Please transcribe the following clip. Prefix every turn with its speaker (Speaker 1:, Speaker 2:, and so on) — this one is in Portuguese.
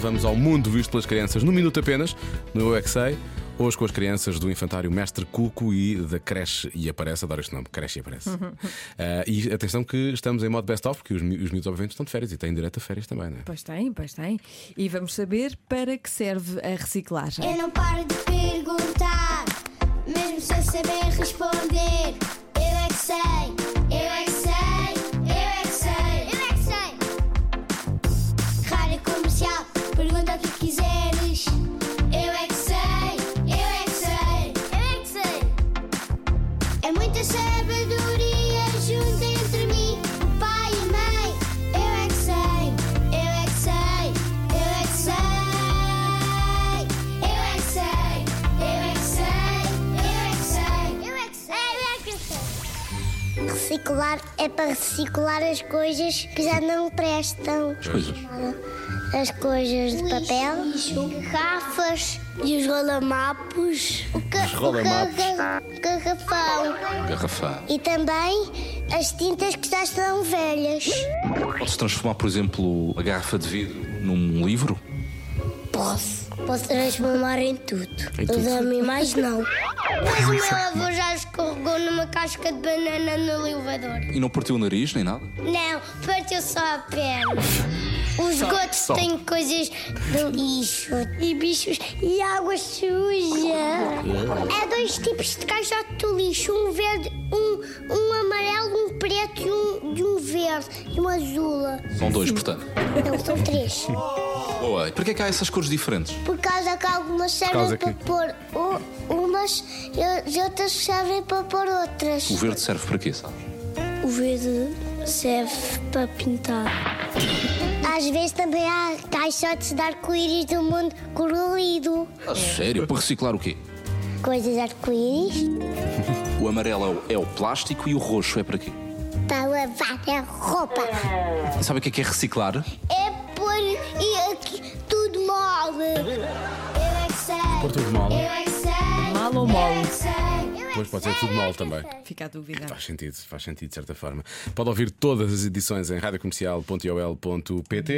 Speaker 1: Vamos ao mundo visto pelas crianças num minuto apenas, no Eu é Que Sei. Hoje com as crianças do infantário Mestre Cuco e da Creche e Aparece, adoro este nome, Creche e Aparece. Ah, e atenção que estamos em modo best-of, porque os, mi- os miúdos obviamente estão de férias e têm direito a férias também, não é?
Speaker 2: Pois tem, pois tem. E vamos saber para que serve a reciclagem.
Speaker 3: Eu não paro de perguntar, mesmo sem saber responder. Eu é que sei, eu é que sei, eu é que sei, eu é que sei. Rádio comercial, pergunta o que quiseres. Eu é que sei, eu é que sei, eu é que sei. É muita sabedoria junta entre mim, o pai e a mãe. Eu é que sei, eu é que sei, eu é que sei. Eu é que sei, eu é que sei, eu é que sei, eu é que sei. Reciclar é para reciclar as coisas que já não prestam. As coisas? As coisas de papel, garrafas e os rolamapos. O ca- o
Speaker 4: rolamapos.
Speaker 3: garra- garrafão.
Speaker 4: Garrafão.
Speaker 3: E também as tintas que já estão velhas.
Speaker 4: Pode-se transformar, por exemplo, a garrafa de vidro num livro?
Speaker 3: Posso. Posso transformar em tudo.
Speaker 4: Em tudo. Os
Speaker 3: animais não. Mas o meu avô já escorregou numa casca de banana no elevador.
Speaker 4: E não partiu o nariz nem nada?
Speaker 3: Não, partiu só a perna. Os gotos
Speaker 4: só.
Speaker 3: têm coisas de lixo e bichos e água suja. Há dois tipos de caixote de lixo: um verde, um, um amarelo, um preto e um, e um verde e um azul.
Speaker 4: São dois, portanto.
Speaker 3: Não, são três.
Speaker 4: Boa. E porquê é que há essas cores diferentes?
Speaker 3: Por causa que algumas
Speaker 1: causa
Speaker 3: servem para
Speaker 1: que-
Speaker 3: pôr u- umas e e outras servem para pôr outras.
Speaker 4: O verde serve para quê, sabes?
Speaker 3: O verde serve para pintar. Às vezes também há caixotes de arco-íris do mundo colorido.
Speaker 4: A Ah, sério? Para reciclar o quê?
Speaker 3: Coisas de arco-íris
Speaker 4: O amarelo é o- é o plástico e o roxo é para quê?
Speaker 3: para lavar a roupa.
Speaker 4: E sabe o que é que é reciclar?
Speaker 3: É pôr e aqui tudo mole. Eu é que sei.
Speaker 1: Pôr tudo mole.
Speaker 3: Eu é que sei.
Speaker 2: Mal ou mole?
Speaker 3: Eu é que sei. Eu é que
Speaker 1: Pois pode ser
Speaker 3: sei,
Speaker 1: tudo
Speaker 3: eu é
Speaker 1: mal
Speaker 3: que
Speaker 1: também.
Speaker 3: sei.
Speaker 2: Fica a dúvida.
Speaker 1: Faz sentido, faz sentido de certa forma. Pode ouvir todas as edições em radiocomercial.ol.pt